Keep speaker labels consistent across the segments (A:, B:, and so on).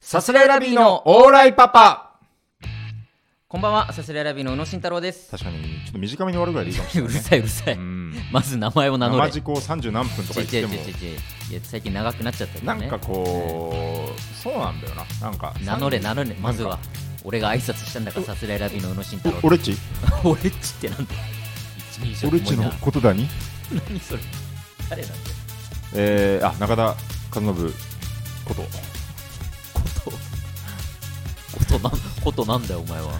A: サスレラビーのオーライパパ
B: こんばんは、サスレラビーの宇野慎太郎です。
A: 確かにちょっと短めに終わるぐらいでいいかもし
B: う
A: れ
B: る
A: ない、ね、
B: さい、うるさい。
A: うん
B: まず名前を名乗
A: 生
B: れ。
A: 事故30何分とか言っ
B: ち
A: て
B: う
A: も
B: ちうちうちういや、最近長くなっちゃったけど
A: な
B: ね。
A: んかこうそうなんだよななんか
B: 名乗れ、名乗れ、まず
A: な
B: は
A: んか。
B: 俺が挨拶したんだから、サスレラビーの宇野慎太郎
A: お。俺っち
B: 俺っちってなんだ一人称
A: 俺っちの
B: 重いな
A: ことだに
B: 何それ誰なんだよ
A: えー、あ中田和信こと
B: ことなんことなんだよお前は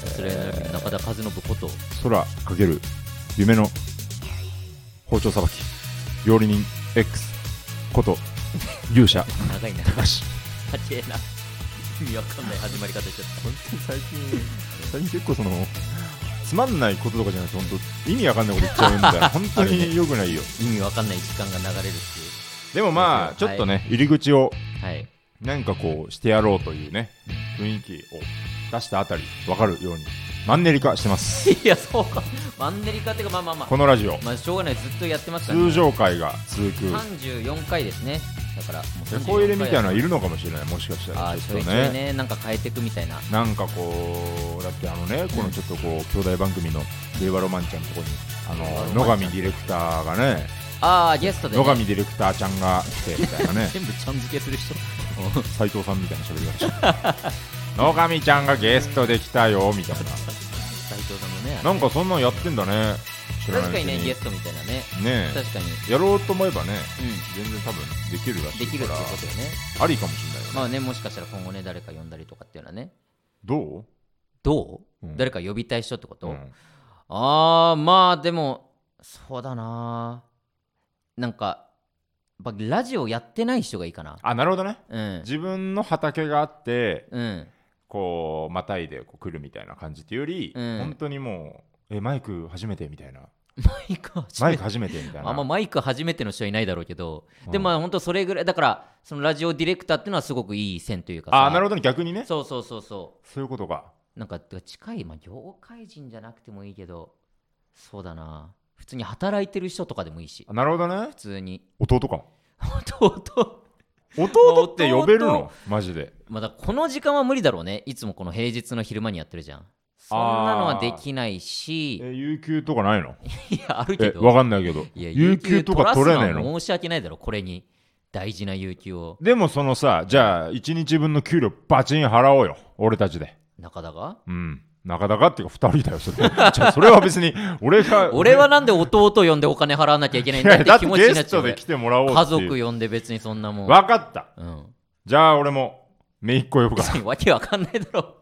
B: さすらいの中田和信こと
A: 空かける夢の包丁さばき料理人 X こと勇者
B: 長いな
A: 高橋
B: 高えな意味わかんない始まり方しちゃっ
A: 本当に最近最近結構そのつまんないこととかじゃなくて本当意味わかんないこと言っちゃうん だよ本当に良くないよ、
B: た意味わかんない時間が流れるし
A: でもまあ
B: そう
A: ち
B: そう
A: ょっとね、入り口を
B: はい
A: 何かこうしてやろうというね雰囲気を出したあたり分かるようにマンネリ化してま す
B: いやそうかマンネリ化っていうかまあまあま
A: こ
B: あ
A: のラジオ
B: まあしょうがないずっとやってますから、
A: 通常回が続く
B: 34回ですねだからもう
A: レ
B: 34
A: コ入れみたいなの
B: 回
A: いるのかもしれないもしかした
B: あ
A: ら
B: ー
A: ち
B: ち
A: ょ
B: ょ
A: っ
B: い
A: と
B: ちょい
A: ね
B: ねなんか変えていくみたいな
A: なんかこうだってあのねこのちょっとこう兄弟番組の令和ロマンちゃんのとこにあ
B: 令和ロ
A: の
B: マ
A: 野
B: ンち
A: 上
B: ゃん
A: ディレクターがね
B: ああゲストで、
A: 野
B: ね、
A: 上ディレクターちゃんが来てみたいなね
B: 全部ちゃん付けする 人
A: 斉藤さんみたいな喋り方して野上ちゃんがゲストで来たよみたい
B: 斉藤さんのね
A: ななんかそんなんやってんだね知らな
B: 確
A: い
B: かにね
A: うち
B: ゲストみたいなね
A: ねえ
B: 確かに
A: やろうと思えばね
B: う
A: 全然多分できるら
B: ん
A: し
B: でき
A: い
B: るって
A: か
B: いう
A: ら
B: ことよね
A: ありかもしれないよね、
B: まあねもしかしたら今後ね誰か呼んだりとかっていうのはね
A: ど
B: どう、
A: うん
B: 誰か呼びたい人ってこ
A: う、
B: と、
A: うん
B: ああまあでもそうだななんかやっぱラジオやってない人がいいかな
A: あなるほどね
B: うん
A: 自分の畑があって
B: うん
A: こうまたいでこう来るみたいな感じっていうより、
B: うん
A: 本当にもうえマイク初めてみたいな
B: マイク初
A: マイ
B: め
A: ク
B: て
A: 初めてみたいな
B: あんまマイク初めての人はいないだろうけど、
A: うん
B: でもまあ本当それぐらいだからそのラジオディレクターっていうのはすごくいい線というかさ
A: あなるほどね逆にね
B: そうそうそうそう
A: そういうことか
B: なんかてか近い、まあ、業界人じゃなくてもいいけどそうだな普通に働いてる人とかでもいいし
A: あなるほどね
B: 普通に
A: 弟か
B: 弟
A: 弟って呼べるのマジで
B: まあだからこの時間は無理だろうねいつもこの平日の昼間にやってるじゃんそんなのはできないし
A: え有給とかないの
B: いやあるけ
A: え
B: ど
A: わかんないけど
B: いや
A: 有給とか取れない
B: 有給取らす
A: の
B: は申し訳ないだろこれに大事な有給を
A: でもそのさじゃあ1日分の給料バチン払おうよ俺たちで
B: 中田が
A: うんなかなかっていうか2人だよそれ じゃあそれは別に俺が
B: 俺はなんで弟呼んでお金払わなきゃいけないいんだ
A: や
B: って
A: だっ
B: 気
A: て
B: 持ちに
A: ゲ
B: なっ
A: ス
B: ちゃ
A: ト
B: う
A: で
B: 俺
A: 来てもらおうっていう
B: 家族呼んで別にそんなもん
A: 分かった
B: うん
A: じゃあ俺も姪っ子呼ぶか
B: 別にわけわかんないだろ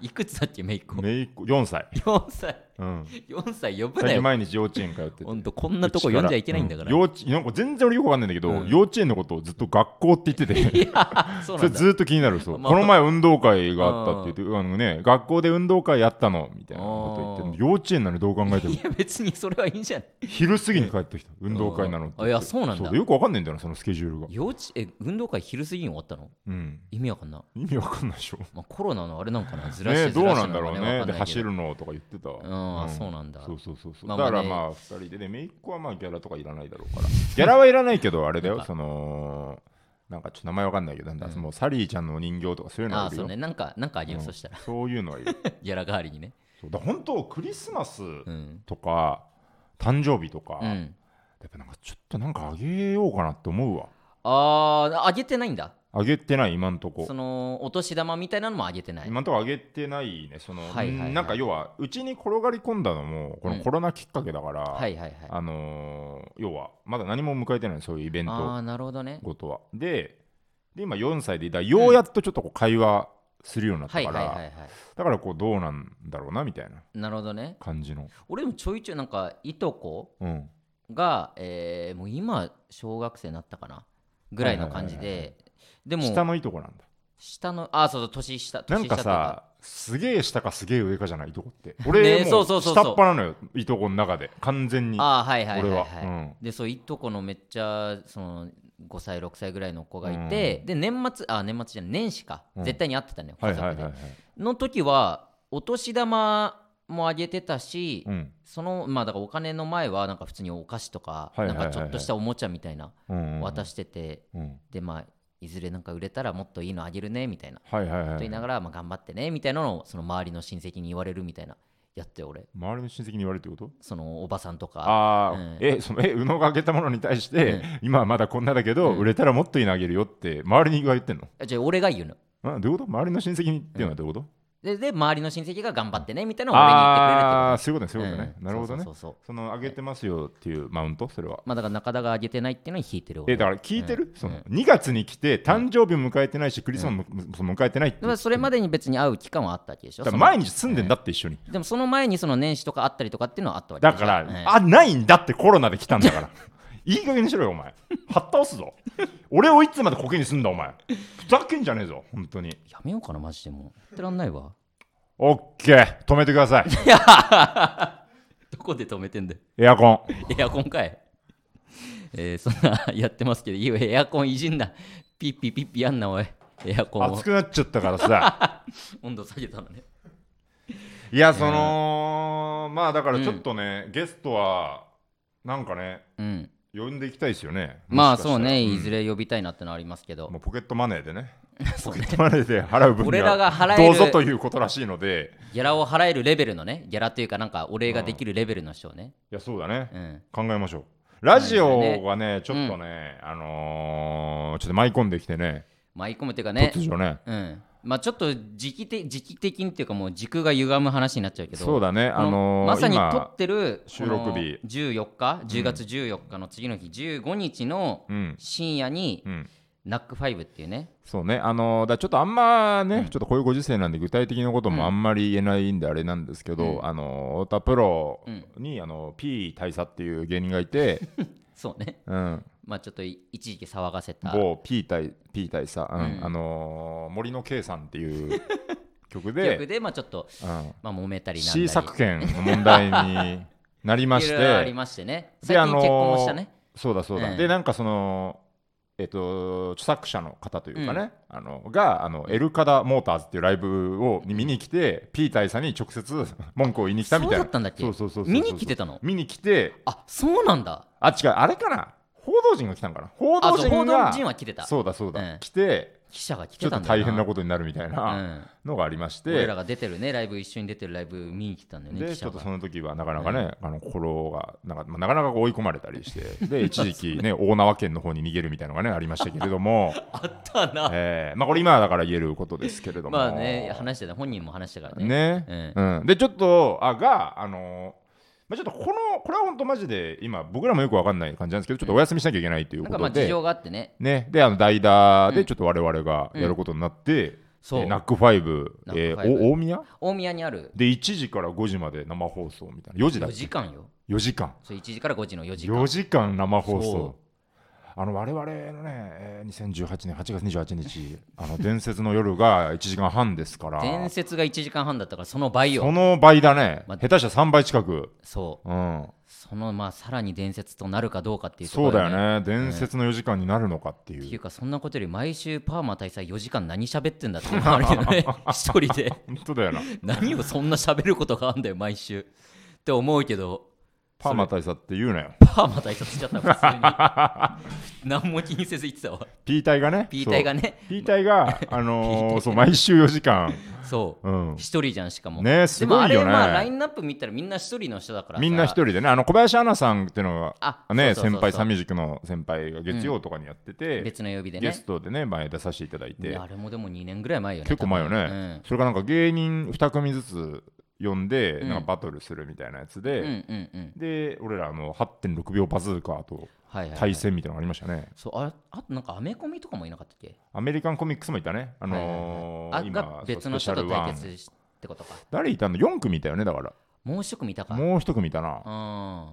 B: いくつだっけめいっ
A: ら
B: 子
A: 姪っ子4歳、
B: 4歳
A: うん、
B: 4歳呼ぶな
A: 最近
B: よ
A: 毎日幼稚園通ってて
B: ほんとこんなとこ呼んじゃいけないんだから
A: うちらうん幼稚なんか全然俺よくわかんないんだけど、
B: うん
A: 幼稚園のことをずっと学校って言ってて
B: いやそう
A: そ
B: な
A: れ
B: んだ
A: ずーっと気になるそう、
B: まあ
A: この前運動会があったって言ってあのね学校で運動会やったのみたいなこと言って幼稚園なのにどう考えて も
B: いや別にそれはいいんじゃない
A: 昼過ぎに帰ってきた運動会なのって言って
B: あいやそうなんだ
A: そうよくわかんないんだよなそのスケジュールが
B: 幼稚え運動会昼過ぎに終わったの
A: うん
B: 意味わかんな、
A: 意味わかんないでしょ
B: まあ、コロナのあれなんかなずらし
A: ね
B: て
A: えど
B: ず
A: う
B: ら
A: な
B: し
A: ん
B: ての
A: だろ
B: か
A: う
B: ね
A: ね
B: わかん
A: で
B: ないけ
A: 走
B: ど
A: るのとか言ってたわ
B: うんそうなんだ
A: そうそうそうそう
B: ま
A: だ
B: あま
A: か
B: あね
A: らまあ2人ででめいっ子はまあギャラとかいらないだろうからギャラはいらないけどあれだ
B: な
A: よ
B: んか
A: そのなんかちょっと名前わかんないけどなんだ
B: うん
A: もうサリーちゃんのお人形とかそういうの
B: あ
A: が
B: あ
A: いる
B: そう
A: よ
B: ねなんかなんかあげよう、
A: うん
B: そしたら
A: そういうのはいる
B: ギャラ代わりにね
A: そうだから本当クリスマス
B: うん
A: とか誕生日とか、
B: う
A: や
B: ん
A: っぱなんかちょっとなんかあげようかなって思うわ
B: あああげてないんだ
A: あげてない今んとこ
B: そのお年玉みたいなのもあげてない
A: 今んとこあげてないねその、
B: はいはいはい
A: なんか要はうちに転がり込んだのもこのコロナきっかけだから、
B: はいはいはい
A: あのー要はまだ何も迎えてないそういうイベン
B: あ
A: ト
B: あなるほどね
A: ごとはでで今4歳でだからようやっとちょっとこう会話するようになっ
B: は
A: た
B: い
A: か
B: はいはいは
A: ら
B: い
A: だからこうどうなんだろうなみたいな
B: なるほどね
A: 感じの、
B: 俺もちょいちょいなんかいとこ
A: うん、
B: が、えーもう今小学生になったかなぐらいの感じ
A: はいはい
B: ででも
A: 下のいとこなんだ
B: 下のあそうそう年下
A: な
B: 年
A: ん
B: 下とい
A: か
B: うか
A: さすげえ下かすげえ上かじゃないいとこって
B: ね
A: 俺
B: え
A: もう
B: そう
A: 下
B: そうそう
A: っ
B: そう
A: 端なのよいとこの中で完全に俺は
B: あーはいはいはい、はい
A: うん
B: でそういとこのめっちゃその5歳6歳ぐらいの子がいて、で年末あ年末じゃない年始か、
A: うん
B: 絶対に会ってたのよ
A: は
B: 家
A: い
B: 族で、
A: はいはいはい
B: の時はお年玉もあげてたし、
A: うん
B: そのまあだからお金の前はなんか普通にお菓子とか、
A: はいはいはいはい
B: なんかちょっとしたおもちゃみたいな
A: うんうん
B: 渡してて、
A: うん
B: でまあいずれなんか売れたらもっといいのあげるねみたいな
A: はいはいは
B: と言い
A: い
B: ながら、まあ、頑張ってねみたいなのをその周りの親戚に言われるみたいなやって俺
A: 周りの親戚に言われるってこと
B: そのおばさんとか
A: ああ、
B: うん
A: えそのえ宇野があげたものに対して、
B: うん
A: 今はまだこんなだけど、
B: うん
A: 売れたらもっといいのあげるよって周りには言ってんの
B: あじゃあ俺が言うの
A: あどういうこと周りの親戚にっていうのはどういうこと、
B: でで周りの親戚が頑張ってねみたいなのを俺に言ってくれるってこと
A: ああそういうことねそういうことね、
B: うん
A: なるほどね
B: そうそうそうそう
A: その上げてますよっていうマウントそれは
B: まあだから中田が上げてないっていうのに引いてる
A: え
B: 俺
A: だから聞いてる、
B: うん
A: その
B: うん
A: 2月に来て誕生日を迎えてないしクリスマスもも迎えてないって
B: でもそれま
A: で
B: でに別に会う期間はあったわけでしょ
A: 毎日住んでんだって一緒に
B: そのでもその前にその年始とかあったりとかっていうのはあったわけ
A: だ
B: でし
A: か
B: ょ
A: ら、
B: うん
A: あないんだってコロナで来たんだから いい加減にしろよお前はっ倒 すぞ俺をいつまでコケにすんだお前ふざけんじゃねえぞ本当に
B: やめようかなマジでもうやってらんないわ
A: オッケー止めてくだ さい
B: どこで止めてんだよ
A: エアコン
B: エアコンかい。 えーそんなやってますけど、いいよ、エアコンいじんな。ピッピピッピやんな、おい。エアコンを
A: 暑くなっちゃったか らさ
B: 温度下げたのね。
A: いやその、まあだからちょっとね、ゲストはなんかね
B: うん。
A: 呼んでいきたいですよね
B: まあ
A: もしかし
B: そ
A: たら
B: うね、
A: ん
B: いずれ呼びたいなってのはありますけど、
A: もうポケットマネーでね、
B: そ
A: ポ
B: う
A: ケ
B: ね
A: ットマネーで払う分に
B: 俺らが払
A: は
B: え
A: ど
B: る
A: うぞということらしいので、
B: ギャラを払えるレベルのね、ギャラというか、なんかお礼ができるレベルの人をね。
A: いや、そうだね、
B: うん。
A: 考えましょう。ラジオがね、ちょっとね、あのーちょっと舞い込んできてね、
B: 舞い込むというかね、
A: 突如ね、
B: うん。まあちょっと時期的時期的にっていうか、もう時空が歪む話になっちゃうけど、
A: そうだね、あ
B: こ
A: のー
B: まさに撮
A: 今
B: っ、てる
A: 収録日
B: この14日、10月14日の次の日、15日の
A: うん、
B: 深夜に、
A: うん、
B: ナックファイブっていうね、
A: そうね、あのーだちょっとあんまね、ちょっとこういうご時世なんで、具体的なこともあんまり言えないんで、あれなんですけど、
B: う
A: あのー太田プロに、あのー、P 大佐っていう芸人がい て、
B: そうね、
A: うん、
B: まあちょっとい一時期騒がせた、
A: 某 P 対 P 対さ、うん
B: うん
A: あのー森の K さんっていう曲
B: 曲
A: で、
B: で、まあちょっと、
A: うん、
B: まあ揉めたりなんだり、
A: C 作権の問題になりまし
B: いろいろあり
A: て
B: ましてね、
A: で
B: 最近結婚
A: あ
B: も
A: のー
B: したね、
A: そうだそうだ、
B: うん
A: でなんかそのえっと著作者の方というかね、あのがあのエルカダモーターズっていうライブを見に来て、P 大佐に直接文句を言いに来たみたい
B: そう
A: な
B: だったんだっけ
A: そうそうそうそう
B: 見に来てたの
A: 見に来て
B: あそうなんだ、
A: あ違うあれかな報道陣が来たんかな報
B: あ
A: 道
B: そう
A: 陣
B: 報道
A: が
B: 陣は来てた、
A: そうだそうだ、
B: うん
A: 来て
B: 記者が来て
A: ちょっと
B: たんだよ
A: 大変なことになるみたい
B: う
A: な、
B: ん
A: のがありまして、
B: 俺らが出てるね、ライブ、一緒に出てるライブ見に来たんだよね、記
A: でち
B: 者
A: ょっと
B: が
A: そ。の時はなかなかね、あの心がなんか、まあなかなか追い込まれた りして、で一時期、ね、大縄県の方に逃げるみたいなのが、ね、ありましたけれども、
B: あったな、
A: えーまあ、これ、今はだから言えることですけれども、
B: まあね、話してた、本人も話したからね。
A: ね
B: う
A: うんでちょっと、あが、あのまあ、ちょっとこのこれは本当、マジで今、僕らもよく分かんない感じなんですけど、ちょっとお休みしなきゃいけないという
B: なん
A: こ
B: かま
A: と
B: あ事
A: で。
B: 情があってね、
A: ね、であの代打
B: う
A: で
B: ん
A: ちょっと我々がやることになって、
B: そう
A: えーナックファイブ、
B: ナ
A: え
B: ック
A: ー
B: ファイブ
A: お大宮
B: 大宮にある
A: で1時から5時まで生放送みたいな4時だ
B: 4
A: っ
B: 時
A: け
B: 間よ、
A: 4時間
B: そう1時から5時の4時間
A: 4。時間生放
B: そ
A: 送あの我々のね、えー2018年8月28日あの伝説の夜が1時間半ですから
B: 伝説が1時間半だったからその倍
A: そ
B: よ
A: の倍だね、
B: ま
A: 下手したら3倍近く、
B: そう
A: うん、
B: そのまあさらに伝説となるかどうかっていうとこ
A: そ
B: ろ
A: うだよね伝説の4時間になるのかっていう、
B: っていうかそんなことより毎週パーマ大佐4時間何喋ってんだって思われるよね一人で
A: 本当だよな
B: 何をそんな喋ることがあんだよ毎週って思うけど
A: パーマ大佐って言うなよ
B: パーマ大佐つっちゃった普通 に何も気にせず言ってたわ
A: P 隊がね
B: P 隊がね
A: そう P 隊が、あのー
B: P
A: そう毎週4時間、
B: そう
A: うん、
B: 一人じゃんしかも
A: ねすごいよね
B: でもあれまあラインナップ見たらみんな一人の人だからさ
A: みんな一人でねあの小林アナさんっていうのが
B: あ
A: ね
B: そうそうそうそう
A: 先輩サンミュージックの先輩が月曜とかにやってて、
B: 別の曜日で
A: ゲ
B: ね
A: ストでね前出させていただいて
B: あれもでも2年ぐらい前よね
A: 結構前よね、
B: うん
A: それがなんか芸人2組ずつ呼んで、
B: うん
A: なんかバトルするみたいなやつ
B: 多分う
A: で、
B: んうんうん
A: で俺らあの8.6秒バズーカーと
B: はいはいはい
A: 対戦みたいなのがありましたね、
B: そうあれあとなんかアメコミとかもいなかったっけ
A: アメリカンコミックスもいたねあ
B: はいはい
A: のー
B: はいあ
A: 今
B: が別の人と対決しってことか
A: 誰いたの4組いたよねだから
B: もう一組いたか
A: もう1組いたな
B: うん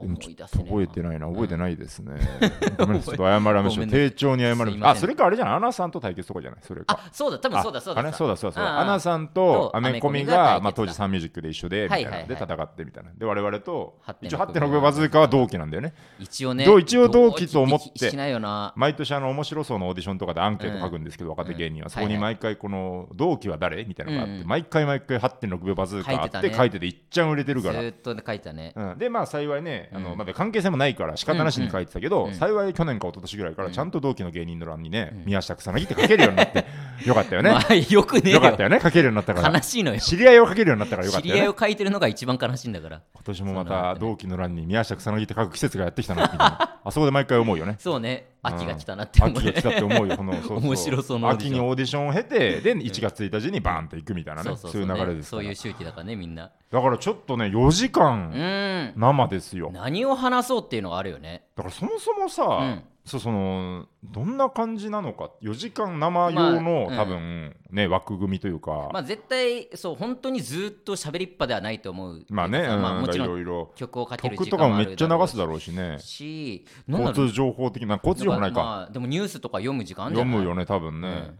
A: でも
B: 思
A: ちょ
B: い
A: っと
B: 出せねえな
A: 覚えてないな、覚えてないですね。 ごめんなさいちょっと謝りましょ
B: ごめ
A: う。
B: んなさ
A: 丁重に謝ります
B: い
A: しょう。
B: ません
A: あ、それかあれじゃない、アナさんと対決とかじゃない、それか。
B: あそうだ多分そうだそうだ
A: あれそうだそうだそう
B: うんう
A: だ
B: ん
A: アナさんと
B: と
A: アメコミ
B: アメコミが対
A: が
B: 決だ
A: まあ当時サンミュージックで一緒でみたい
B: はい
A: な
B: はい
A: で
B: はい
A: 戦ってみたいなで我々と
B: 8.6
A: 一応8.6秒バズーカは同期なんだよね
B: 一応ね
A: どう一応同期と思って
B: 同期しないよな
A: 毎年あの面白そうのオーディションとかでアンケート書くんですけど若手芸
B: う
A: 人
B: ん
A: はそこに毎回この同期は誰みたいなのがあ
B: うん
A: っ
B: う
A: て
B: ん
A: 毎回毎回8.6秒バズーカあ
B: 書いてた
A: っ
B: ね
A: て書いてていっちゃん売れて
B: ず
A: るから
B: ーっと書いてたね
A: うんでまあ幸いね、あ
B: う
A: の
B: ん
A: まだ関係性もないから仕方なしに書いてたけど、
B: うんうん
A: 幸い去年か一昨年ぐらいから
B: うん
A: ちゃんと同期の芸人の欄にね、
B: うん
A: 宮下草薙って書けるようになって、よかったよ ね。
B: まあよくねえ
A: よかった
B: よ
A: よね、書けるようになったから
B: 悲。しいのよ
A: 知り合いを書けるようになったからよか
B: 知
A: ったよ
B: り合い
A: ね。
B: を書いてるのが一番悲しいんだから
A: 今年も
B: そ
A: ま
B: うなんだ
A: た
B: ね
A: 同期の欄に宮下草薙って書く季節がやってきたなみた いな。あそこで毎回思うよね。
B: そうね
A: うん
B: 秋が来たなって
A: 秋
B: 思うね
A: が来たって思 うよ、このそうそう
B: 面白そうなオーディ
A: 秋
B: ション
A: にオーディションを経て、で、1月1日にバーンと行くみたいな
B: そ
A: ね、
B: うそう
A: そう
B: そ
A: いうう
B: ね
A: 流れです
B: そ
A: か
B: う
A: ら
B: いう。周期だからねみんな
A: だからちょっとね、4時
B: う
A: 間
B: ーん
A: 生ですよ。
B: 何を話そうっていうのがあるよね
A: だからそもそもさ、
B: ん
A: そうそのどんな感じなのか4時間生用の、
B: まあうん
A: 多分ね枠組みというか
B: まあ絶対そう本当にずっと喋りっぱではないと思う
A: まあね、
B: まあ
A: うん
B: もちろ
A: い
B: ん
A: ろいろ
B: 曲をかける
A: 曲
B: 時
A: と
B: 間
A: かも
B: もあ
A: め
B: る
A: っちゃ流す
B: だろ
A: だろうしね
B: うしなんだ
A: 交
B: ろう
A: 通情報的な交通情報ないか、
B: まあでもニュースとか読む時間あるんじゃ
A: 読
B: ない
A: むよね多分ね、
B: うん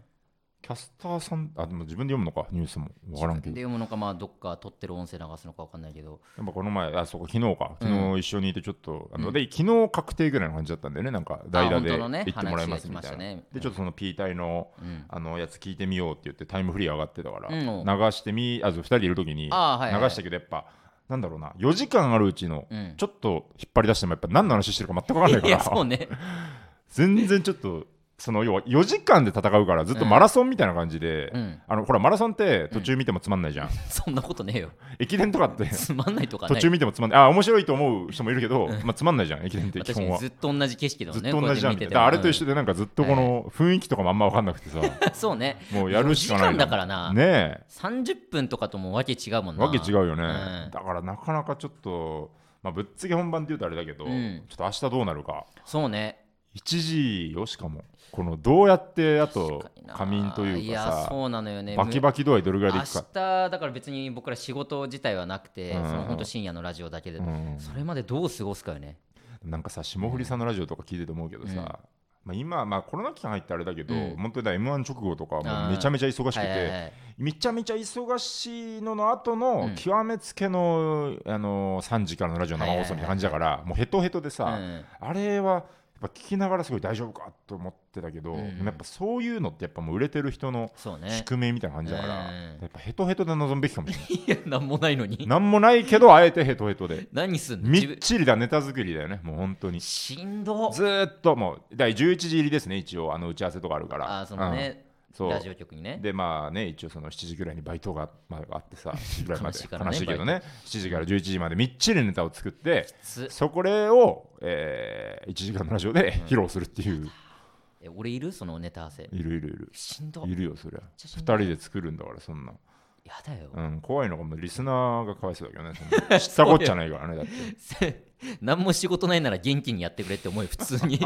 A: キャスターさんあでも自分で読むのかニュースもわからんけど
B: で
A: や
B: 読むのかまあどっか撮ってる音声流すのかわかんないけど
A: っぱこの前あそうか昨日か昨
B: う
A: 日一緒にいてちょっと、あので昨日確定ぐらいの感じだったんだよねなんか
B: あ
A: 代打
B: 本
A: で
B: 当
A: 行
B: のね
A: ってもらいますみた
B: 話が来ま
A: いな
B: したね
A: でちょっとその P 隊の
B: うん
A: あのやつ聞いてみようって言ってタイムフリー上がってたから、
B: うん
A: 流してみあそう2人いる時に流
B: あーはいはい
A: したけどやっぱ、なんだろうな4時間あるうちの
B: うん
A: ちょっと引っ張り出してもやっぱ何の話してるか全く分からないか
B: いやそ
A: ら
B: うね
A: 全然ちょっとその要は4時間で戦うからずっとマラソンみたいな感じで、
B: うん
A: あのほらマラソンって途中見てもつまんないじゃん、
B: そんなことねえよ
A: 駅伝とかって
B: つまんないとか
A: 途
B: ない
A: 中見てもつまんないあ面白いと思う人もいるけど、まあ、つまんないじゃん駅伝って基
B: 確か
A: 本
B: に
A: は
B: ずっと同じ景色だも
A: ず
B: んね
A: っと同じじゃんみたいなだからあれと一緒
B: で
A: でなんかずっとこの雰囲気とかもあんま分かんなくて さ
B: そうね
A: もうやるしかな
B: 4
A: い
B: 時間だからな
A: ねえ
B: 30分とかともわけ違うもんな
A: わけ違うよね、
B: うん
A: だからなかなかちょっと、まあ、ぶっつけ本番って言うとあれだけど、
B: うん
A: ちょっと明日どうなるか
B: そうね
A: 1時よしかもこのどうやってあと
B: 確かにな
A: 仮眠というか
B: や
A: さ
B: そうなのよね
A: バキバキ度合いどれぐらいでいく
B: 明
A: か、
B: 日だから別に僕ら仕事自体はなくて、
A: うんうん
B: その本当深夜のラジオだけで、
A: うん
B: それまでどう過ごすかよね。
A: なんかさ霜降りさんのラジオとか聞いてて思うけどさ、
B: うん
A: まあ、今、まあ、コロナ期間入ってあれだけど、
B: うん
A: 本当にだ m 1直後とかも
B: あー
A: うめちゃめちゃ忙しく
B: は
A: て、
B: いはいはい、
A: めちゃめちゃ忙しいのの後の
B: うん
A: 極めつけの,、あの3時からのラジオ生放送みたいな感じだから、もうヘトヘトでさ、
B: うん
A: あれはやっぱ聞きながらすごい大丈夫かと思ってたけど、
B: うん
A: でもやっぱそういうのってやっぱもう売れてる人の
B: そうね。
A: 宿命みたいな感じだから、
B: うん
A: やっぱヘトヘトで臨むべきかもしれ ない。
B: いや、なんもないのに。
A: なんもないけどあえてヘトヘトで。
B: 何すんの
A: み
B: 自
A: っ
B: 分
A: ちりだネタ作りだよね、もう本当に。ず
B: しんど。
A: ーっともう、第11時入りですね、一応、あの打ち合わせとかあるから。
B: あー、そのね、
A: うんそう
B: ラジオ局にね。
A: でまあね一応その7時ぐらいにバイトが、まあ、あって さ7時ぐらいまで
B: 悲しいからね
A: 悲しいけどね7時から11時までみっちりネタを作って
B: つ
A: そこれを、え1時間のラジオで披露するっていう、
B: え俺いるそのネタ合わせ。
A: いるいるいる
B: しんど。
A: い
B: や
A: るよそりゃ
B: ちゃし
A: 2
B: んど
A: 人で作るんだからそんな、
B: だよ。
A: うん、怖いのがもうリスナーがかわいそうだけど ねそんな知ったこっちゃないからねだって
B: 何も仕事ないなら元気にやってくれって思うよ、普通 に。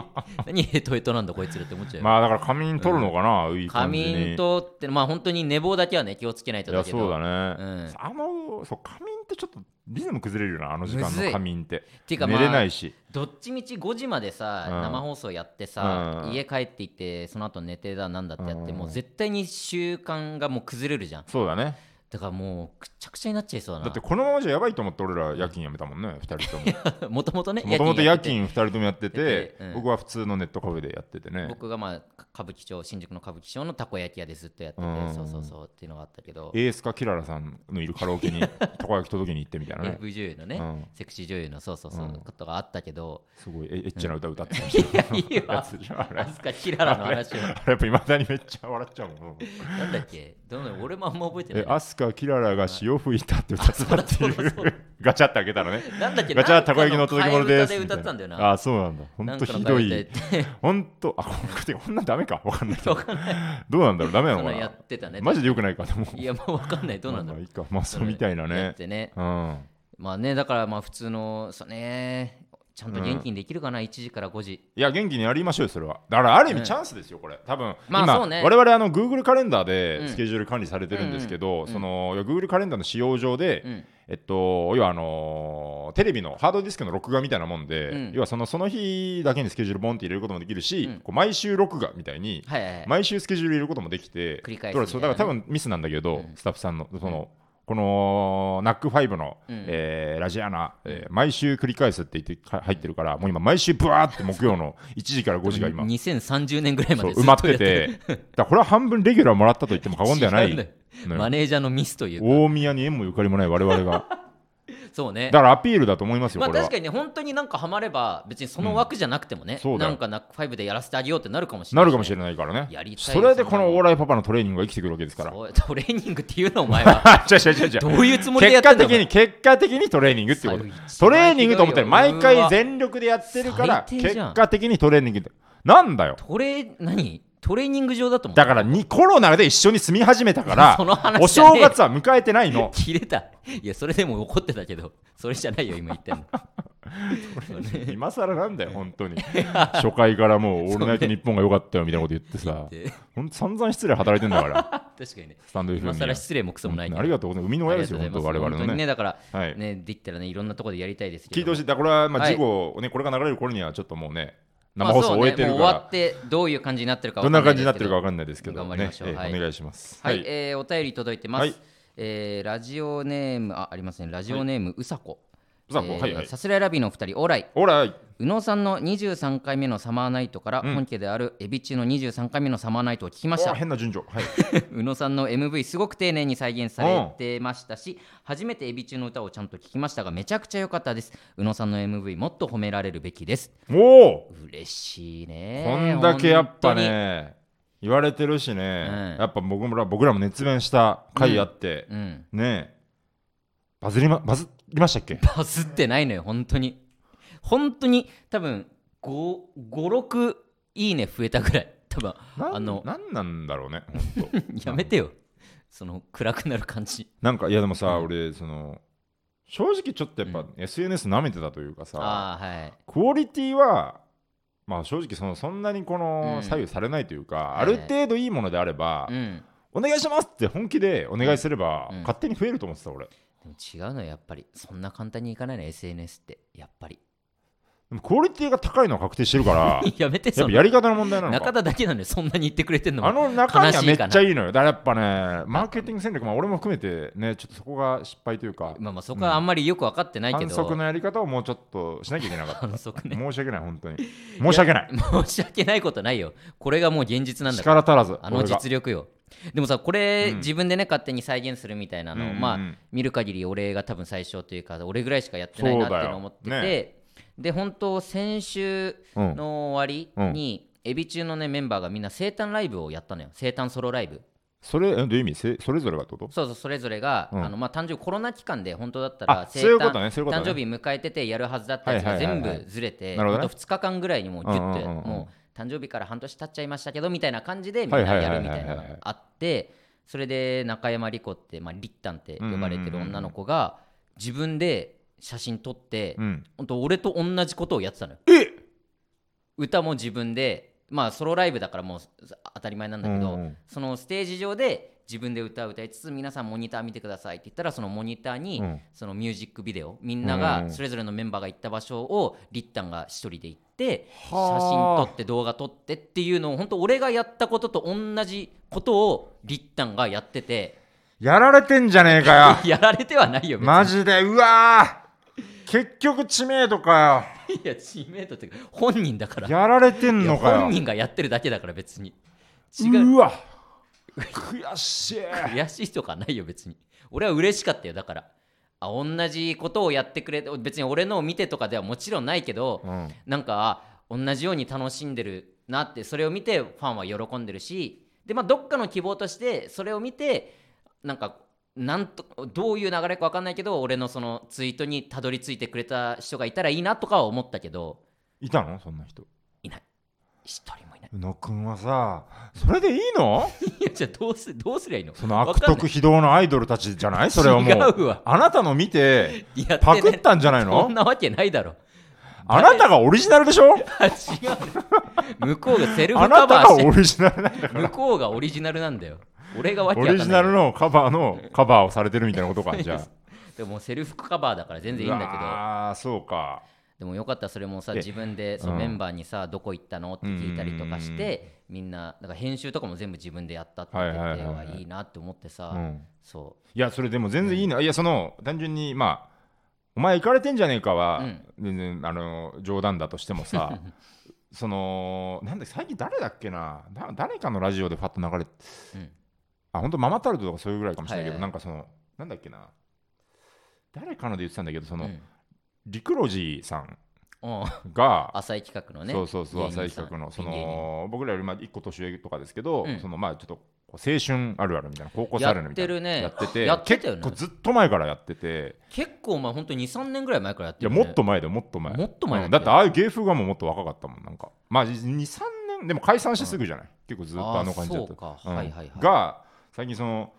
B: 何ヘトヘトなんだ、こいつらって思っちゃうよ。
A: まあだから仮眠取るのかな、い
B: 仮
A: い感じに
B: 眠とって、まあ本当に寝坊だけはね、気をつけないと
A: いや
B: だけど。
A: そうだね、
B: うん
A: あのそう仮眠ってちょっとリズム崩れるよなあの時間
B: むず
A: の
B: い
A: 仮眠って
B: てかま
A: 寝
B: あ
A: れないし
B: どっちみち5時までさ、
A: うん
B: 生放送やってさ、
A: うん
B: 家帰っていってその後寝てだなんだってやって、
A: うん
B: もう絶対に習慣がもう崩れるじゃん
A: そうだね
B: だからもうくっちゃくちゃになっちゃいそうだ
A: だって このままじゃやばいと思って俺ら夜勤やめたもんね2人とも
B: なもともとね
A: もともと夜
B: やってて
A: 勤2人ともやって
B: やって
A: て
B: てうん
A: 僕は普通のネットカフェでやっててね
B: 僕がまあか歌舞伎町新宿の歌舞伎町のたこ焼き屋でずっとやってて、
A: うん
B: そうそうそうっていうのがあったけど、
A: エースかキララさんのいるカラオ ケにたこ焼き届けに行ってみたいなね
B: AV 女優のね、
A: うん
B: セクシー女優のそうそうそう、
A: うん
B: ことがあったけど
A: すごいエエッチな歌歌ってた
B: いやいい
A: や
B: わ
A: つじゃんあれあ
B: アスカキララの話を
A: れやっぱいまだにめっちゃ笑っちゃうもん
B: なんだっけどうなの俺もあんま覚えてない
A: え
B: な
A: アスカキララが潮吹いたって歌ってたってい
B: あそうだそう
A: うガチャって開けたらね
B: なんだっけ
A: ガチャたこ焼きの届け物で
B: な
A: す
B: んかの替え歌で歌ってたんだよな
A: あそうなんだ本当ひどい 本当あこれこんなんダメかわかんないけど
B: わ
A: どうなんだろうダメな
B: そ
A: の
B: の
A: か
B: や
A: な
B: ってたね
A: マジでよくないかでも
B: いやまあわかんないどうなんだろ
A: まあまあいういかまあそうみたいな
B: や
A: ね
B: ってね
A: うん
B: まあねだからまあ普通のそうねちゃんと元気にできるかな1時から5時
A: いや元気にやりましょうよそれはだからある意
B: う
A: 味
B: ん
A: チャンスですよこれ多分
B: まあ
A: 今
B: そうね
A: 我々あの Google カレンダー
B: うん
A: でスケジュール管理されてるんですけ
B: うん
A: どそのいや Google カレンダーの使用上で
B: うん
A: えっと要はあのーテレビのハードディスクの録画みたいなもん
B: う
A: で
B: ん
A: 要はそのその日だけにスケジュールボンって入れることもできるし
B: うん
A: こう毎週録画みたいに
B: はいはいはい
A: 毎週スケジュール入れることもできて
B: 繰り返す
A: だから
B: み
A: そ
B: た
A: う
B: い
A: だ
B: な
A: か
B: ね
A: ら多分ミスなんだけど
B: うん
A: スタッフさんのそのこの NAC5 の
B: うん
A: えーラジアナえー毎週繰り返すって言ってか入ってるからもう今毎週ブワーって木曜の1時から5時が今
B: 2030年ぐらいま
A: そ
B: で
A: う
B: ず
A: 埋ま
B: っ
A: っ
B: とや
A: て
B: る
A: てだからこれは半分レギュラーもらったと言っても過言ではな
B: 違うんだ
A: い
B: よ
A: の
B: マ
A: よ
B: ネージャーのミスというか
A: 大宮に縁もゆかりもない我々が
B: そうね
A: だからアピールだと思いますよ、
B: まあ
A: これは
B: 確かにね本当になんかハマれば別にその枠じゃなくてもね、
A: そうだ
B: な
A: よ
B: んかナックファイブでやらせてあげようってなるかもしれな
A: ないるかもしれ
B: ない
A: ないからね
B: やりたいです
A: それでこのオーライパパのトレーニングが生きてくるわけですから
B: トレーニングっていうのお前 は
A: 違う違う違う違
B: ど
A: う
B: ういうつもりでや
A: 結
B: って
A: 果
B: んだ
A: 的に結果的にトレーニングっていうことトレーニングと思ってる毎回全力でやってるから
B: 最低
A: 結
B: じゃん
A: 果的にトレーニングってなんだよ
B: トレ何トレーニング場だと思う
A: だからにコロナで一緒に住み始めたか
B: そ
A: ら
B: の話
A: お
B: じゃね
A: 正
B: え
A: 月は迎えてないの
B: 切れたいやそれでも怒ってたけど それじゃないよ今言ってんの
A: 今更なんだよ本当に初回からもう「オールナイトニッポン」が良かったよみたいなこと言ってさ
B: 言って
A: ほんと散々失礼働いてんだから
B: 確 かにね
A: スタンド FM
B: 今更
A: に
B: 失礼もクソもないけ
A: 本
B: ど
A: 当にありがとうございます生みの親ですよ
B: ありが
A: 本
B: とう
A: 当
B: ござ
A: 我
B: います
A: 々
B: 本
A: の
B: 当に
A: ね
B: だから
A: はい
B: ねできたらねいろんなところでやりたいですけど
A: 聞いてほしいだからこれはまあ
B: はい
A: 事後ねこれが流れる頃にはちょっともうね
B: ま
A: 生
B: あ
A: 放送終え
B: そう
A: て
B: ね
A: る
B: もう終
A: か
B: わ
A: ら
B: ってどういう感じになってるかわ
A: ど
B: か
A: ん
B: ないです
A: な感
B: け
A: じになってるかわかんないですけど
B: 頑張り
A: ね
B: ましょう
A: え
B: はい
A: えお願いします
B: は、
A: はいい
B: えーお便り届いてます、
A: はい
B: えーラジオネームあありますねラジオネームうさこ
A: うさこはいはい
B: さすらいラビのお二人オーライ
A: ほら
B: 宇野さんの23回目のサマーナイトから、本家であるエビチの23回目のサマーナイトを聞きました
A: 変な順序はい
B: 宇野さんの MV すごく丁寧に再現されてましたし初めてエビ中の歌をちゃんと聞きましたがめちゃくちゃ良かったです宇野さんの MV もっと褒められるべきです
A: おお
B: 嬉しいね
A: こんだけやっぱね言われてるしね
B: うん
A: やっぱ僕もら僕らも熱弁した回あって
B: 本当にうん
A: ねえバズりまバズりましたっけ
B: バズってないのよ本当に本当に多分556いいね増えたぐらい多分
A: なん
B: あの
A: なんなんだろうねほんと
B: やめてよその暗くなる感じ
A: なんかいやでもさ俺その正直ちょっとやっぱ SNS 舐めてたというかさ
B: ああはい
A: クオリティはまあ正直そのそんなにこの
B: うん
A: 左右されないというか、
B: い
A: ある程度いいものであれば、
B: うん
A: お願いしますって本気でお願いすれば、
B: うん
A: 勝手に増えると思ってた俺で
B: でも違うのよやっぱりそんな簡単にいかないの SNS ってやっぱり
A: もクオリティが高いのは確定してるからや
B: やめて
A: っ
B: そ
A: ぱ
B: の
A: やり方の問題なの
B: 中
A: か
B: 田だけなのよそんなに言ってくれてんのも
A: あの中身はめっ
B: 悲しいか
A: ち
B: な
A: ゃいいのよだからやっぱねマーケティング戦略、まあ、俺も含めてねちょっとそこが失敗というか
B: まあまあそこはあんまりよく分かってないけど
A: 反則のやり方をもうちょっとしなきゃ いけなかった
B: 反則ね
A: 申し訳ない本当に申し訳ない
B: 申し訳ないことないよこれがもう現実なんだから
A: 力足らず
B: あの
A: 俺が
B: 実力よでもさこれ、
A: うん
B: 自分でね勝手に再現するみたいなのを、
A: うんうんうん
B: まあ見る限り俺が多分最初というか俺ぐらいしかやってないなっていうのを思ってて、
A: そうだよ
B: で本当先週
A: うん
B: の終わりに、エビ中のねメンバーがみんな生誕ライブをやったのよ生誕ソロライブ
A: それえどういう意味せそれぞれがってこと
B: そうそうそれぞれが、
A: うん
B: あのまあ単純にコロナ期間で本当だった
A: あ
B: ら
A: そういうことねそういうこと
B: 誕
A: ね
B: 生日迎えててやるはずだったやつが
A: はいはいは
B: 全
A: いはい
B: 部ずれて、
A: なるほどね
B: あと2日間ぐらいにもうギュッ
A: うん
B: て
A: うんうんうん
B: もう誕生日から半年経っちゃいましたけどみたいな感じでみんな
A: はいはいはい
B: や
A: はい
B: る
A: はい
B: みたいなのがあってそれで中山莉子って、まあ、りったんって呼ばれてる女の子が自分で写真撮って、
A: うん
B: 本当俺と同じことをやってたのよ
A: え
B: 歌も自分でまあソロライブだからもう当たり前なんだけど、
A: うんうん
B: そのステージ上で自分で歌を歌いつつ皆さんモニター見てくださいって言ったらそのモニターに
A: うん
B: そのミュージックビデオみんな
A: うんう
B: が
A: ん
B: それぞれのメンバーが行った場所をリッタンが一人で行って写真
A: はあ
B: 撮って動画撮ってっていうのを本当俺がやったことと同じことをリッタンがやってて
A: やられてんじゃねえか よ
B: やられてはないよ別に
A: マジでうわー結局知名度か
B: いや知名度っていうか本人だから
A: よやられてんの
B: いや
A: か
B: 本
A: よ
B: 人がやってるだけだから別に違う
A: うわ悔しい
B: 悔しいとかないよ別に俺は嬉しかったよだからあ同じことをやってくれて別に俺のを見てとかではもちろんないけど、
A: うん
B: なんかあ同じように楽しんでるなってそれを見てファンは喜んでるしで、まあ、どっかの希望としてそれを見てなんかなんとどういう流れか分かんないけど俺のそのツイートにたどり着いてくれた人がいたらいいなとかは思ったけど
A: いたのそんな人
B: いない一人もいない
A: 宇野くんはさそれでいいの
B: いやじゃあどうすどうすりゃいいの
A: その悪
B: わかんな
A: 徳
B: い
A: 非道のアイドルたちじゃないそれはもう
B: 違うわ
A: あなたの見て
B: やってない
A: パクったんじゃない
B: そ
A: の
B: んなわけない だろ
A: あなたがオリジナルでしょ
B: あ違う向こうがセルフ
A: あ
B: カ
A: な
B: バ
A: た
B: ー
A: が
B: して
A: オリジナルなんだから
B: 向こうがオリジナルなんだよ俺がわけ
A: オ
B: わかん
A: リ
B: ない
A: ジナルのカバーのカバーをされてるみたいなことかじゃあ
B: でもセルフカバーだから全然いいんだけど
A: ああそうか
B: でもよかったらそれもさ
A: え
B: 自分でその
A: うん
B: メンバーにさ、どこ行ったのって聞いたりとかし
A: うんうん
B: てみんなだから編集とかも全部自分でやったって
A: は
B: 言
A: い
B: っ
A: は
B: て
A: いはいはい
B: はいいなって思ってさ、
A: うん
B: そ
A: いやそれでも全然いいな、いやその単純にまあお前行かれてんじゃねえかは、
B: うん
A: 全然あの冗談だとして もさ そのなんだ最近誰だっけなだ誰かのラジオでファッと流れて
B: う、うん、
A: あ本当ママタルトとかそういうぐらいかもしれないけど、
B: はいはい
A: なんかそのなんだっけな誰かので言ってたんだけどその、
B: うん
A: リクロジーさん
B: おう
A: が
B: 浅い企画のね
A: そうそうそう
B: 芸人さん
A: 浅井企画のそ
B: ピン芸人
A: の僕らよりまあ1個年上とかですけど、
B: うん
A: そのまあちょっとこう青春あるあるみたいな高校生あるあるみたいな
B: やってるね
A: やってて
B: やってたよね
A: 結構ずっと前からやってて
B: 結構まあ本当に23年ぐらい前からやっ
A: い
B: て
A: や
B: るよね
A: もっと前だよもっと前
B: もっと前だ
A: う
B: っ
A: ん
B: け
A: だってああいう芸風がもうもっと若かったもんなんかまあ23年でも解散してすぐじゃない、結構ずっとあの感じだった
B: あーそうか
A: ん
B: はいはいはい
A: が最近その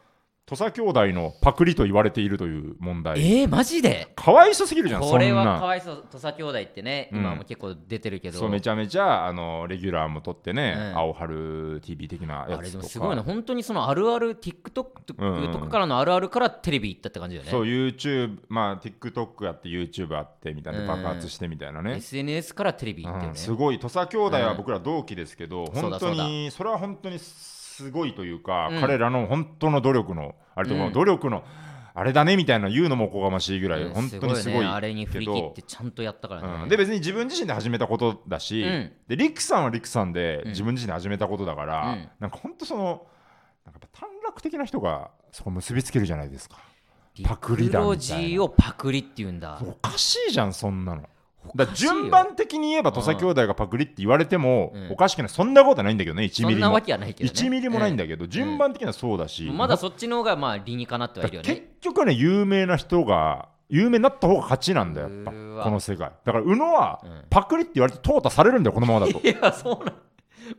A: 土佐兄弟のパクリと言われているという問題
B: えー、マジで
A: かわいそうすぎるじゃん
B: こ
A: そん
B: れはか
A: な
B: わいそう土佐兄弟ってね、
A: うん
B: 今も結構出てるけど
A: そうめちゃめちゃあのレギュラーも取ってね、
B: うん
A: 青春 TV 的なや
B: あれで
A: つと
B: も
A: か
B: すごいな本当にそのあるある TikTok と
A: うんうんうん
B: とかからのあるあるからテレビ行ったって感じだよね、
A: そう YouTube まあ TikTok やって YouTube あってみたい
B: うん
A: な爆発してみたいなね、
B: SNS からテレビ行ったよ
A: うん
B: ね、
A: すごい土佐兄弟は僕ら同期ですけど、
B: そうだ
A: 本当にそれは本当にすごいというか、
B: うん
A: 彼らの本当の努力のあれとか、
B: うん
A: 努力のあれだねみたいな言うのもおこがましいぐらい、
B: うん
A: 本当にすごい
B: ね、あれに振
A: け
B: り切っ
A: ど
B: て、ちゃんとやったからね、
A: うんで別に自分自身で始めたことだし、
B: うん
A: でリクさんはリクさんで
B: うん
A: 自分自身で始めたことだから、
B: うん
A: なんか本当そのなんかやっぱ短絡的な人がそこ結びつけるじゃないですかパクリだみたいな
B: ロジーをパクリって言うんだ
A: おかしいじゃんそんなの。だから
B: しいよ
A: 順番的に言えば土佐兄弟がパクリって言われても
B: うん
A: おかしくないそんなことないんだけどね1
B: そ
A: ミ
B: ん
A: リ
B: な
A: も
B: わけはないけど、ね、
A: 1ミリもないんだ
B: け
A: けど順番的にはそうだし
B: まだそっちの方がまあ理にかなってはいるよ
A: 結
B: ね
A: 局はね有名な人が有名になった方が勝ちなんだよやっぱ
B: うーわ
A: この世界だから宇野は
B: うん
A: パクリって言われて淘汰されるんだよこのまま だと
B: いやそうなん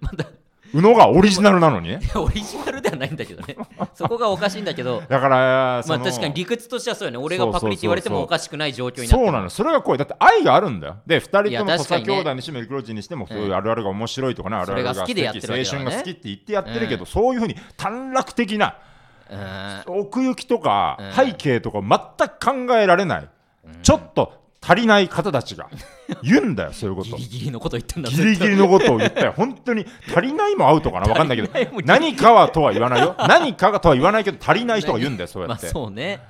B: まだ
A: 宇野がオリジナルなのにね
B: オリジナルではないんだけど ねそこがおかしいんだけど
A: だからそ
B: まあ
A: の
B: 確かに理屈としてはそうよね俺がパクリって言われてもおかしくない状況になって
A: そうなのそれが怖いだって愛があるんだよで2人
B: い
A: と
B: や
A: も土
B: 確かに
A: 佐
B: ね
A: 兄弟にしてもエクロジーにしてもそういうあるあるが面白いとかね、あるある
B: それが好きでやってるわけ
A: 青
B: だから
A: 春
B: ね
A: が好きって言ってやってるけど、そういうふうに短絡的な
B: う
A: 奥行きとか
B: うん
A: 背景とか全く考えられない、ちょっと足りない方た ちが言うんだよそういうこ
B: んギ
A: と
B: リギリのこと言ってんだ
A: ギリギリのことを言ったよ本当に足りないもアウトかな分かんないけど
B: 足りないもギリ
A: 何かはとは言わない よ何かがとは言わないけど足りない人が言うんだよそうや
B: まあ
A: って、
B: そうね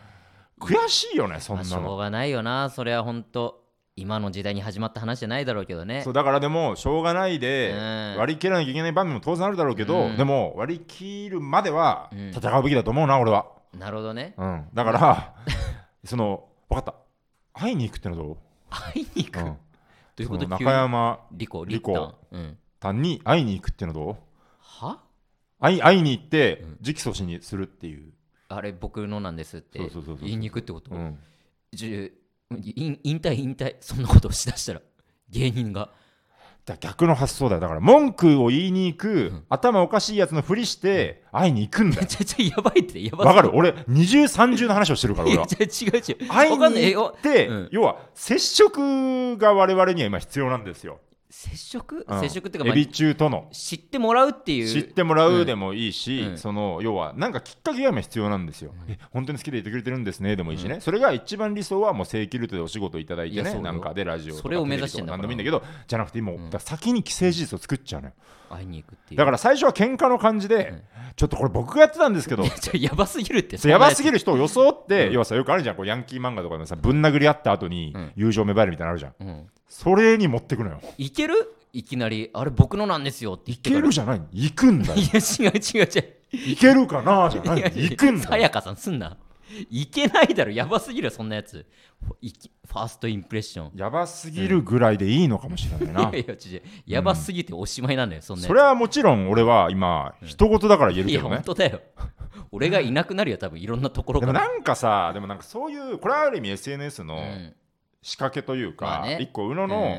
A: 悔しいよねそん
B: まあ
A: な
B: しょ
A: の
B: うがないよなそれは本当今の時代に始まった話じゃないだろうけどね
A: そうだからでもしょうがないで
B: うん
A: 割り切らなきゃいけない場面も当然あるだろうけど、
B: うん
A: でも割り切るまでは
B: うん
A: 戦うべきだと思うな俺は、
B: なるほどね
A: うん、だから、その分かった会いに行くってのはど
B: 会いに行く
A: う、うん
B: どういうこ
A: そ
B: と
A: の
B: 急
A: 中
B: に
A: 山
B: リコリ
A: リ
B: コ
A: コ
B: うん
A: さんに会いに行くってのはどう
B: は
A: 会い会いに行って
B: うん
A: 直訴しにするっていう、
B: あれ僕のなんですって
A: そうそうそうそう
B: 言いに行くってこと
A: うん
B: じゅ引引退引退そんなことをしだしたら芸人が
A: だから逆の発想だよだから文句を言いに行く、
B: ん
A: 頭おかしいやつのふりして会いに行くんだよ
B: めちゃちゃやばいってやばすぎ
A: わかる俺二重三重の話をして るから
B: い
A: 俺
B: や
A: は
B: 違う違う
A: 会い
B: わかんない
A: に
B: え
A: 行
B: お
A: って、
B: うん
A: 要は接触が我々には今必要なんですよ、
B: 接触、
A: うん
B: 接触っていうか、
A: エ
B: まあ
A: ビ中との
B: 知ってもらうっていう
A: 知ってもら
B: う
A: うんでもいいし、
B: うん
A: その要はなんかきっかけが今必要なんですよ、え本当に好きでいてくれてるんですねでもいいしね、それが一番理想はもう正規ルートでお仕事いただいて
B: いや
A: ね
B: そうよ
A: なんかでラジオとか
B: それを目指してんだ
A: な
B: から
A: んでもいいんだけどじゃなくてもう、だから先に既成事実を作っちゃうのよ
B: 会いに行くっていう
A: だから最初は喧嘩の感じで、ちょっとこれ僕がやってたんですけど
B: いや ちょやばすぎるって
A: そうやばすぎ
B: る
A: る人を装って、要はさよくあるじゃんこうヤンキー漫画とかでもさぶん殴り合った後に
B: うん
A: 友情芽生えるみたいなのあるじゃん、
B: うん、
A: それに持ってくのよ
B: いけるいきなりあれ僕のなんですよって言
A: い
B: ってか
A: け
B: ら
A: るじゃない行くんだよ
B: いや違う違う違う
A: いけるかなじゃない行くん
B: さ
A: だよ
B: やかさんすんないけないだろやばすぎるよそんなやつほいきファーストインプレッション
A: やばすぎるぐらいでいいのかもしれないな、
B: いやいや違うやばすぎておしまいなんだよそんなやつ
A: それはもちろん俺は今、一言だから言える
B: い
A: け
B: や
A: ど
B: 本
A: ね。
B: 当だよ俺がいなくなるよ多分いろんなところ
A: で
B: か
A: も
B: ら
A: なんかさ、でもなんかそういう、これはある意味 SNS の
B: うん
A: 仕掛けという
B: ま
A: か
B: あ、ね
A: 一個、宇野の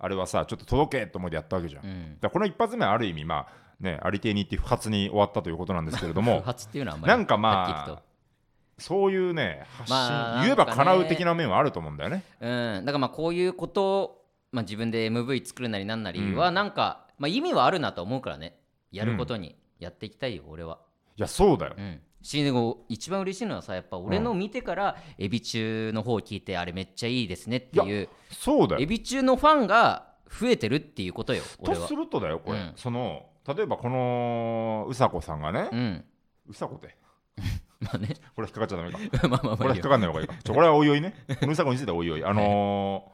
A: あれはさ、ちょっと届けって思いでやったわけじゃん。
B: う
A: だか
B: ん
A: らこの一発目はある意味、まあ、ね、ありていに行って不発に終わったということなんですけれ ど
B: 不
A: も、
B: 発っていうのはあんまり
A: なんか
B: はっきり
A: ま
B: と
A: あ、そういうね、発信、
B: まあ
A: 言えば
B: なんかね
A: 叶う的な面はあると思うんだよね。
B: うん、だからまあこういうことを、まあ、自分で MV 作るなりなんなり
A: うん
B: はなんか、まあ、意味はあるなと思うからねやることにやっていきたいよ俺は、
A: いや、そうだよ
B: う。ん、しでも一番嬉しいのはさやっぱ俺の見てからエビ中の方を聞いてあれめっちゃいいですねっていう
A: そうだよ
B: エ。ビ中のファンが増えてるっていうことよ
A: と
B: 俺は
A: するとだよ、これ。
B: うん
A: その、例えばこのうさこさんがね
B: う、ん
A: うさこって、
B: まあね
A: これ引っかかっちゃダメか。
B: まあまあまあ
A: これは引っかかんない方がいいか。ちょこれはおいおいね。この作についてはおいおい。あのー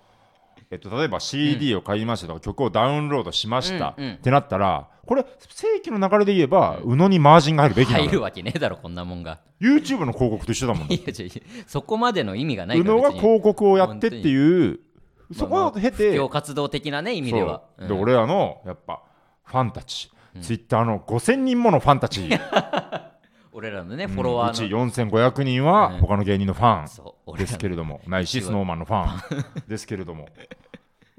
A: えっと、例えば CD を買いましたとか、曲をダウンロードしました、
B: うんうん
A: ってなったら、これ正規の流れで言えば宇野にマージンが入るべきなの
B: 入
A: よ
B: るわけねえだろこんなもんが
A: YouTube の広告と一緒だもん
B: いやちょいやそこまでの意味がない
A: 宇
B: から
A: 野が
B: 別に
A: 広告をやってっていう
B: に
A: そこを経て
B: 布教活動的なね意味ではう
A: そう
B: ん
A: で俺らのやっぱファンたち、ツイッターの5000人ものファンたち、うんう
B: 俺らのね
A: ち
B: フォロワーの、
A: 4500人は
B: うん
A: 他の芸人のファン
B: そう俺
A: で
B: ら
A: す
B: の
A: けれども、ないし、スノーマンのファンですけれども、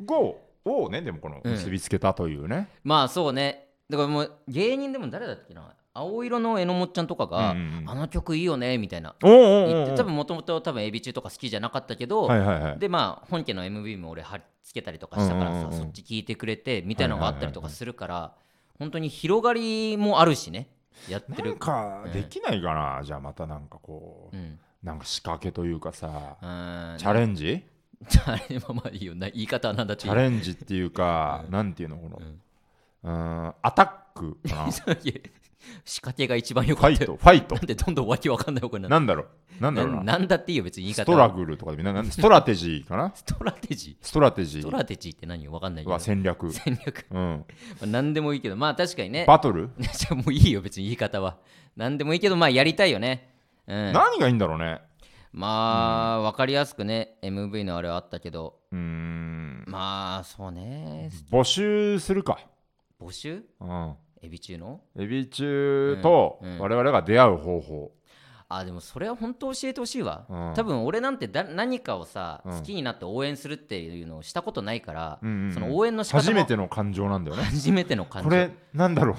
A: GO をね、でもこの
B: うん
A: 結びつけたというね、
B: まあそうねだからもう芸人でも誰だっけな青色のえのもっちゃんとかが、
A: うんうんうん
B: あの曲いいよねみたいな
A: おうおうお
B: 言って
A: う
B: 多分もともと多分エビ中とか好きじゃなかったけど、
A: はいはいはい、
B: でまあ本家の MV も俺貼り付けたりとかしたからさ、
A: うんうんうんうん
B: そっち聞いてくれてみたいなのがあったりとかするから、本当に広がりもあるしねやって
A: な
B: る
A: んかできないかな、じゃあまたなんかこう、
B: うん
A: なんか仕掛けというかさ、
B: うん
A: チャレンジ
B: チャレンジまあいいよな言い方はなんだって
A: チ
B: いい
A: ャレンジっていうか、なんていうの、この、
B: ん
A: うーん、アタックか な
B: いや仕掛けが一番良
A: ファ
B: かっ
A: イ
B: た
A: ト、
B: よ
A: ファイト
B: な。んでどんどんわけわかんない方向にな
A: なんだろうなんだろう
B: な
A: な。
B: なんだっていいよ別に言い
A: ス
B: 方
A: ト
B: は
A: ラグルとかでみんな、なんストラテジーかな
B: ストラテジー
A: ストラテジ
B: ストラ
A: ー
B: テジーって何よわかんないけど
A: は 戦略。
B: 戦略
A: うん、
B: まあ何でもいいけどまあ確かにね
A: バトル
B: じゃあもういいよ別に言い方は何でもいいけどまあやりたいよねうん
A: 何がいいんだろうね
B: まあ、わかりやすくね MV のあれはあったけど
A: うーん、
B: まあそうね
A: 募集するか。
B: 募集
A: うん。
B: エビ中の
A: エビ中と
B: うんうん
A: 我々が出会う方法。
B: あでもそれは本当教えてほしいわ、
A: うん
B: 多分俺なんてだ何かをさ、
A: うん
B: 好きになって応援するっていうのをしたことないから、
A: うんうんうん
B: その応援の仕方も
A: 初めての感情なんだよね。
B: 初めての感じ
A: これ、なんだろ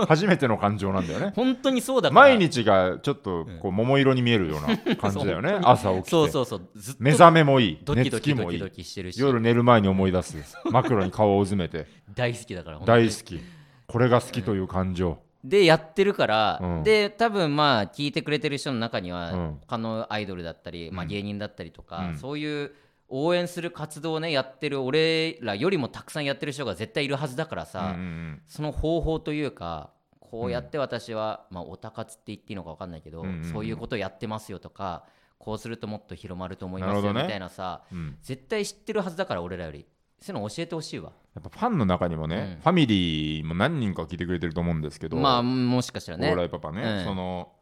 A: う初めての感情なんだよ ね。
B: 本当にそうだから
A: 毎日がちょっとこう桃色に見えるような感じだよね。朝起きて。
B: そうそうそうずっと
A: 目覚めもいい。
B: ド
A: 寝
B: キド
A: つ
B: キ
A: き
B: ド
A: も
B: キ
A: い
B: ド
A: い。
B: キしてるし
A: 夜寝る前に思い出す。枕に顔をうずめて。
B: 大好きだ から本当に
A: 大好きこれが好きという感情
B: でやってるから、
A: うん
B: で多分まあ聞いてくれてる人の中には、
A: うん
B: 他のアイドルだったり、まあ、
A: うん
B: 芸人だったりとか、
A: うん
B: そういう応援する活動をねやってる俺らよりもたくさんやってる人が絶対いるはずだからさ、
A: うんうん
B: その方法というかこうやって私は、まあ、おたかつって言っていいのか分かんないけど、
A: うんうんうん
B: そういうことやってますよとかこうするともっと広まると思い
A: な
B: ま
A: る
B: す
A: ほ
B: よ
A: ど
B: み
A: ね
B: たいなさ
A: うんうん
B: 絶対知ってるはずだから俺らよりそういうの教えてほしいわ
A: やっぱファンの中にもね、
B: うん
A: ファミリーも何人か聞いてくれてると思うんですけど、
B: まあもしかしたら
A: オーラ
B: ね
A: イパパね、
B: うん
A: その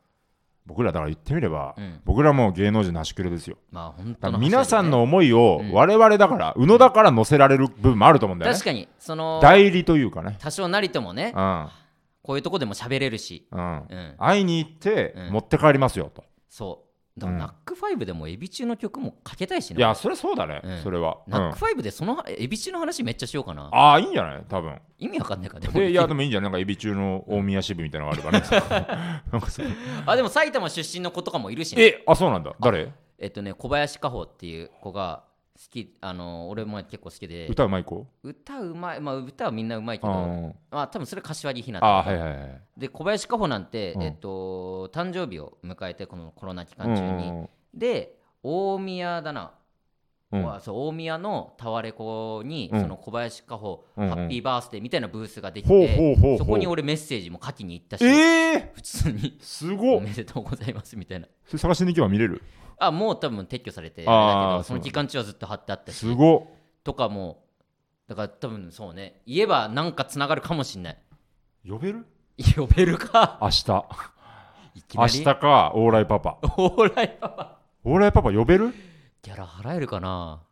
A: 僕らだから言ってみれば、
B: うん
A: 僕らもう芸能人の端くれですよ
B: まあ本
A: だ
B: 当
A: から
B: の話だけどね
A: 皆さんの思いを
B: うん
A: 我々だから、宇野だから乗せられる部分もあると思うんだよね
B: 確かにその
A: 代理というかね
B: 多少なりともね
A: うん
B: こういうとこでも喋れるし、
A: うん
B: うん、
A: 会いに行って
B: うん
A: 持って帰りますよと、
B: そうだから
A: うん
B: ナックファイブでもエビ中の曲もかけたいし
A: い
B: な、
A: やそれそうだね、
B: うん
A: それは、うん
B: ナックファイブでそのエビ中の話めっちゃしようかな
A: ああいいんじゃない多分
B: 意味わかんないから
A: でいやでもいいんじゃないなんかエビ中の大宮支部みたいなのがあればね なんかそう
B: あでも埼玉出身の子とかもいるしね、
A: えあそうなんだ誰
B: えっとね小林果歩っていう子が好きあの俺も結構好きで
A: 歌うまい子
B: 歌うまいまあ歌はみんなうまいけ
A: あ
B: ど
A: ー
B: まあ多分それ柏木ひな
A: あ
B: た
A: ーはいはいはい
B: で小林果歩なんて、
A: うん
B: えっと誕生日を迎えてこのコロナ期
A: う
B: 間中に、
A: ん
B: で大宮だな
A: うんうん
B: はそう大宮のタワレコに、
A: うん
B: その小林果歩、
A: うんうん
B: ハッピーバースデーみたいなブースができ
A: ほう
B: て、
A: ほうほうほう
B: そこに俺メッセージも書きに行ったし、
A: ええ
B: 普通に「
A: すご
B: お
A: っ
B: めでとうございます」みたいな
A: それ探しに行けば見れる
B: あもう多分撤去されて
A: あー
B: あれだけどそ
A: そう
B: の期間中はずっと貼ってあったし
A: すごっ
B: とかもだから多分そうね言えばなんかつながるかもしんない
A: 呼べる
B: 呼べるか
A: 明日
B: いきな
A: 明
B: り
A: 日かオーライパパ
B: オーライパパ
A: オーライパパ呼べる
B: ギャラ払えるかな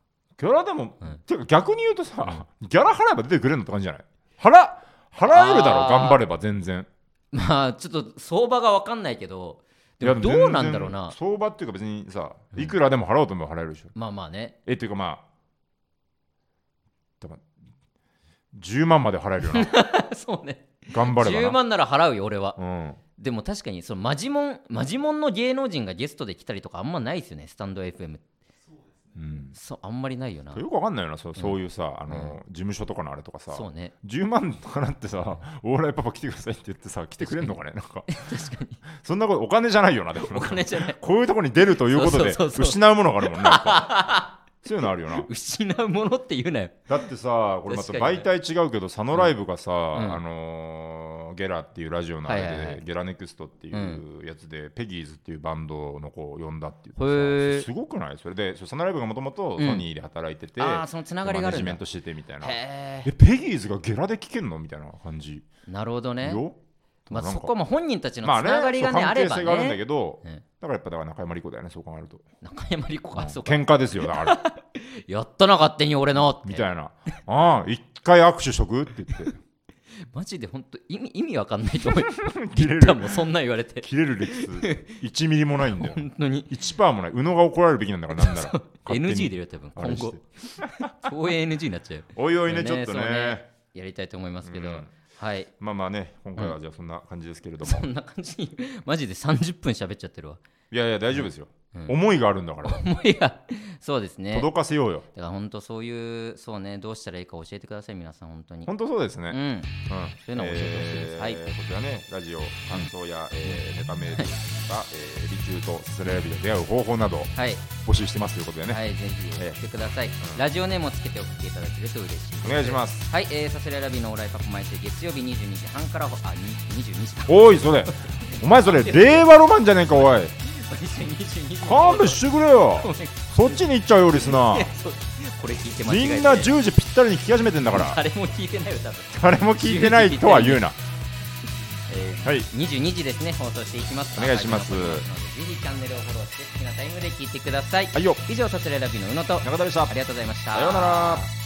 A: ギャラでも、
B: うん
A: てか逆に言うとさギャラ払えば出てくれるのって感じじゃない払払えるだろ
B: あー
A: 頑張れば全然
B: まあちょっと相場が分かんないけど
A: い
B: で
A: や
B: も
A: でも
B: どうなんだろう
A: 全
B: な
A: 然相場っていうか別にさいくらでも払おうとも払えるでしょ
B: まあまあね
A: えっていうかまあ多分10万まで払えるよ な
B: そうね
A: 頑張ればな
B: 10万なら払うよ俺は
A: うん
B: でも確かにそのマジモンマジモンの芸能人がゲストで来たりとかあんまないですよねスタンド FM
A: うん、
B: そうあんまりないよな
A: よくわかんないよなそそういうさ、あの事務所とかのあれとかさ
B: そうね
A: 10万払ってさ「オーライパパ来てください」って言ってさ来てくれんのかねなんか
B: 確かに
A: そんなことお金じゃないよなでも
B: お金じゃない
A: こういうとこに出るというこ
B: そう
A: とで
B: そうそうそう
A: 失うものがあるもんねや っぱそういうのあるよな
B: 失うものって言うなよ
A: だってさこれまた
B: 確かに
A: 媒
B: ね
A: 体違うけど佐野ライブがさ、
B: ん
A: あのーのゲラっていうラジオのあれで、
B: はいはいはい
A: ゲラネクストっていうやつで、ペギーズっていうバンドの子を呼んだっていう
B: へー
A: すごくないそれでそうサナライブがもともとソニーで働いてて、
B: ああそのつながりがあ
A: マネ
B: る
A: ジ
B: ん
A: メ
B: だ
A: ントしててみたいな
B: へ
A: え
B: え
A: ペギーズがゲラで聴けんのみたいな感じ
B: なるほどね
A: よ
B: まあ
A: なん
B: そ
A: か
B: こはもう本人たちのつ
A: まあね
B: ながりがね
A: そう
B: あれば
A: 関係性があるんだ
B: ね
A: けど、
B: うん
A: だからやっぱだから中山莉子だよねそう考えると
B: 中山莉子あそうか
A: 喧嘩ですよだ から
B: やったな勝手に俺のって
A: みたいな「ああ一回握手しとく?」って言って
B: マジで本当意味意味わかんないと 思う
A: 切れ
B: 多
A: る
B: 分そんなん言われて
A: 切れる歴史1ミ リもないんだよ
B: 本当に
A: 1%もない宇野が怒られるべきなんだからなんなら勝手に
B: NG 出るよ多分
A: あれ
B: 今
A: して
B: 後東映 NG になっちゃう
A: おいおいねちょっと
B: そう
A: ね
B: やりたいと思いますけど、
A: うん
B: はい
A: まあまあね今回はじゃあそんな感じですけれども、
B: そんな感じに マジで30分喋っちゃってるわ
A: いやいや大丈夫ですよ、
B: うん
A: 思いがあるんだから
B: もういやそうですね
A: 届かせようよ
B: だから本当そういうそうねどうしたらいいか教えてください皆さん本当に
A: 本当そうですね、
B: うん
A: うん
B: そういうのを教えてほしいです
A: えー
B: はい
A: こちらね、ラジオ、感想や、えー、ネタメールが、えー、リキューとスラヤビで出会う方法など
B: はい、
A: 募集してますということでね、
B: はい、ぜひ送ってください、
A: うん
B: ラジオネームをつけて送っていただけると嬉しいです
A: お願いします。
B: はい、えー、サスレラビのオーライパフ毎週月曜日22時半からほあに22時だ
A: おい、それ、お前それ、令和ロマンじゃねえか、おい。
B: 毎週22時
A: 勘弁してくれよ。
B: ごめんい
A: そっちに行っちゃうよ、リス ナ
B: や
A: ー。
B: そうこれ聞いて間違え
A: み
B: て
A: んな10時ぴったりに聞き始めてん だから、
B: 誰も聞いてないよ多分、
A: 誰も聞いてないとは言うな。
B: えー
A: はい、
B: 22時ですね放送していきます
A: お願いします
B: アーカイブ残ってますのでぜひチャンネルをフォローして好きなタイムで聞いてください、
A: はいよ、
B: 以上サスレラビの宇野と
A: 中田でした。
B: ありがとうございました
A: さようなら。